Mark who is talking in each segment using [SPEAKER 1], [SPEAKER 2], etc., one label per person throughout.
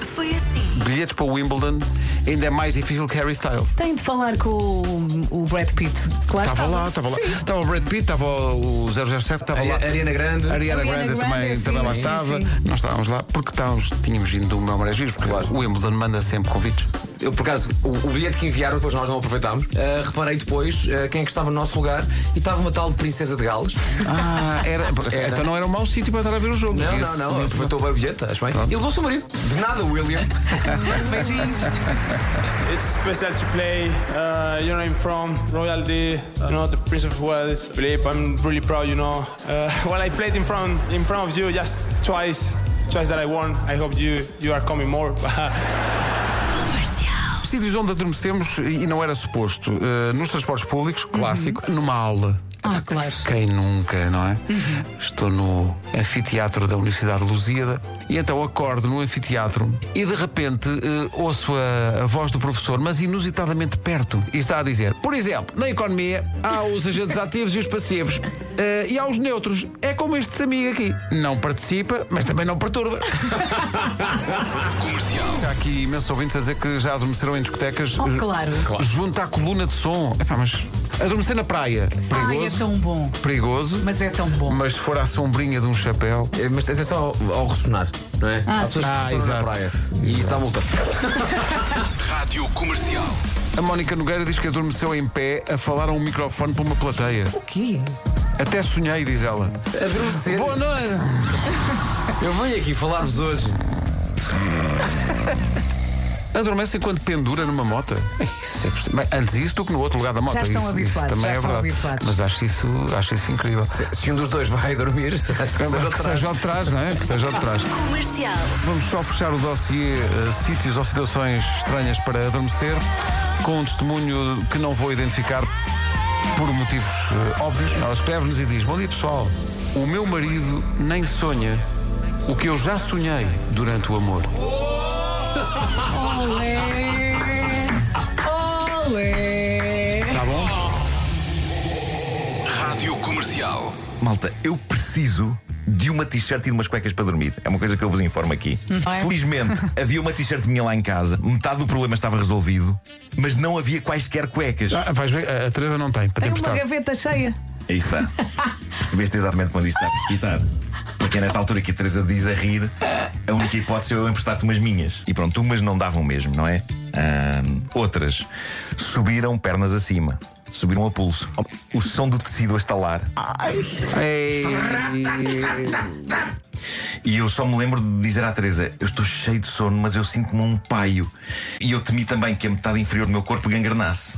[SPEAKER 1] assim,
[SPEAKER 2] bilhetes para o Wimbledon ainda é mais difícil que Harry Styles.
[SPEAKER 3] Tem de falar com o, o Brad Pitt. Claro,
[SPEAKER 2] Estava lá, estava lá. Estava o Brad Pitt, estava o 007, estava lá.
[SPEAKER 4] A Ariana Grande.
[SPEAKER 2] A Ariana
[SPEAKER 3] Ariana
[SPEAKER 2] Grande
[SPEAKER 3] Grande,
[SPEAKER 2] também,
[SPEAKER 3] sim,
[SPEAKER 2] também lá
[SPEAKER 3] sim,
[SPEAKER 2] estava.
[SPEAKER 3] sim.
[SPEAKER 2] Nós estávamos lá porque estávamos, tínhamos vindo do meu Marés Vivos, porque
[SPEAKER 4] Claro.
[SPEAKER 2] o Wimbledon manda sempre convites.
[SPEAKER 4] Eu, por acaso, o, o bilhete que enviaram, depois nós não aproveitámos. eh, reparei depois eh, quem é que estava no nosso lugar e estava uma tal de Princesa de Gales.
[SPEAKER 2] Ah, era,
[SPEAKER 4] Era.
[SPEAKER 2] Então não era um mau sítio para estar a ver o jogo.
[SPEAKER 4] Não, não,
[SPEAKER 2] Esse-
[SPEAKER 4] não. Aproveitou bem o bilhete, acho bem. E levou é o seu marido. De nada, William.
[SPEAKER 3] Beijinhos.
[SPEAKER 5] It's special to play. Uh, you know, I'm from royalty. You know, the Prince of Wales. Philippe, I'm really proud. You know, uh, well, I played in front in front of you just twice, twice that I won. I hope you you are coming more.
[SPEAKER 2] Sítios onde adormecemos e não era suposto. Eh, nos transportes públicos, clássico, numa aula.
[SPEAKER 3] Uhum. Ah, claro. Uhum.
[SPEAKER 2] Quem nunca, não é? Estou no anfiteatro da Universidade de Lusíada e então acordo no anfiteatro e de repente eh, ouço a, a voz do professor, mas inusitadamente perto, e está a dizer: Por exemplo, na economia há os agentes ativos e os passivos. eh, e há os neutros. É como este amigo aqui. Não participa, mas também não perturba. Há aqui imensos ouvintes a dizer que já adormeceram em discotecas.
[SPEAKER 3] Oh, claro.
[SPEAKER 2] Junto à coluna de som. Epá, mas adormecer na praia. Perigoso.
[SPEAKER 3] Ai, é tão bom.
[SPEAKER 2] Perigoso.
[SPEAKER 3] Mas é tão bom.
[SPEAKER 2] Mas se for à sombrinha de um chapéu.
[SPEAKER 4] Eh, Mas atenção ao, ao ressonar, não é?
[SPEAKER 3] Ah,
[SPEAKER 4] Há pessoas que
[SPEAKER 2] sim.
[SPEAKER 4] ressonam
[SPEAKER 2] Ah,
[SPEAKER 4] na praia. E isso dá multa.
[SPEAKER 6] Rádio Comercial.
[SPEAKER 2] A Mónica Nogueira diz que adormeceu em pé a falar a um microfone para uma plateia.
[SPEAKER 3] O quê?
[SPEAKER 2] Até sonhei, diz ela.
[SPEAKER 4] Adormecer.
[SPEAKER 2] Boa noite!
[SPEAKER 4] Eu venho aqui falar-vos hoje.
[SPEAKER 2] Adormece enquanto pendura numa moto. Isso é possível. Bem, antes isso do que no outro lugar da moto.
[SPEAKER 3] Já estão
[SPEAKER 2] isso, isso
[SPEAKER 3] habituados,
[SPEAKER 2] também
[SPEAKER 3] já
[SPEAKER 2] é
[SPEAKER 3] estão
[SPEAKER 2] verdade.
[SPEAKER 3] habituados.
[SPEAKER 2] Mas acho isso, acho isso incrível.
[SPEAKER 4] Se um dos dois vai dormir,
[SPEAKER 2] Que seja ao de trás, não é? Que seja ao de trás.
[SPEAKER 1] Comercial.
[SPEAKER 2] Vamos só fechar o dossiê eh, sítios ou situações estranhas para adormecer com um testemunho que não vou identificar por motivos eh, óbvios. Ela escreve-nos e diz: Bom dia pessoal, o meu marido nem sonha o que eu já sonhei durante o amor.
[SPEAKER 3] Olé! Olé!
[SPEAKER 2] Tá bom?
[SPEAKER 6] Rádio Comercial.
[SPEAKER 7] Malta, eu preciso de uma t-shirt e de umas cuecas para dormir. É uma coisa que eu vos informo aqui.
[SPEAKER 3] é?
[SPEAKER 7] Felizmente, havia uma t-shirt minha lá em casa, metade do problema estava resolvido, mas não havia quaisquer cuecas.
[SPEAKER 2] Ah, vais ver, a a Teresa não tem, para
[SPEAKER 3] Tem uma
[SPEAKER 2] tempestade.
[SPEAKER 3] gaveta cheia.
[SPEAKER 7] Aí está. Percebeste exatamente quando isto está a precipitar. Porque é nesta altura que a Teresa diz a rir, a única hipótese é eu emprestar-te umas minhas. E pronto, umas não davam mesmo, não é? Ahm, outras subiram pernas acima, subiram a pulso. O som do tecido a estalar.
[SPEAKER 2] Ei,
[SPEAKER 7] E eu só me lembro de dizer à Teresa: Eu estou cheio de sono, mas eu sinto-me um paio. E eu temi também que a metade inferior do meu corpo gangrenasse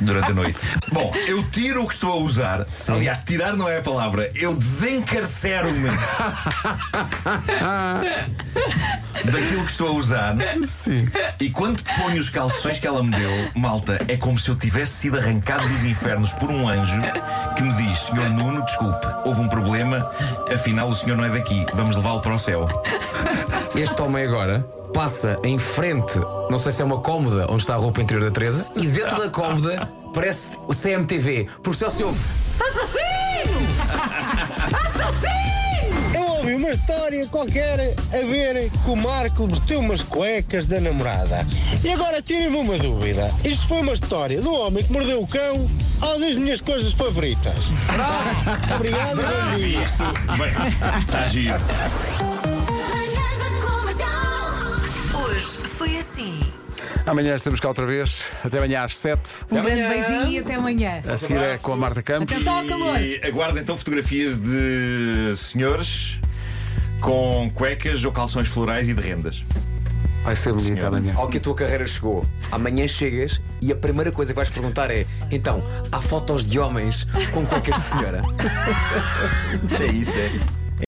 [SPEAKER 7] durante a noite. Bom, eu tiro o que estou a usar. Aliás, tirar não é a palavra. Eu desencarcero-me daquilo que estou a usar.
[SPEAKER 2] Sim.
[SPEAKER 7] E quando ponho os calções que ela me deu, malta, é como se eu tivesse sido arrancado dos infernos por um anjo que me diz: Senhor Nuno, desculpe, houve um problema, afinal o senhor não é daqui, vamos levá-lo para o céu.
[SPEAKER 4] Este homem agora passa em frente, não sei se é uma cómoda onde está a roupa interior da Teresa, e dentro da cómoda parece o CMTV, porque só se ouve.
[SPEAKER 8] Eu ouvi uma história qualquer a ver que o Marco meteu umas cuecas da namorada. E agora tirem-me uma dúvida. Isto foi uma história do homem que mordeu o cão ou das minhas coisas favoritas. Obrigado, bom dia.
[SPEAKER 7] Isto, bem, está Tá giro.
[SPEAKER 1] Manhãs da Comercial. Hoje foi assim.
[SPEAKER 2] Amanhã estamos cá outra vez. Até amanhã às 7.
[SPEAKER 3] Um grande beijinho e até amanhã.
[SPEAKER 2] A seguir é com a Marta Campos.
[SPEAKER 3] Atenção ao calor.
[SPEAKER 7] E aguardo então fotografias de senhores com cuecas ou calções florais e de rendas.
[SPEAKER 2] Vai ser bonito
[SPEAKER 7] Senhora.
[SPEAKER 2] amanhã.
[SPEAKER 4] Ao que a tua carreira chegou, amanhã chegas e a primeira coisa que vais perguntar é: então, há fotos de homens com cuecas de senhora?
[SPEAKER 7] É isso, é.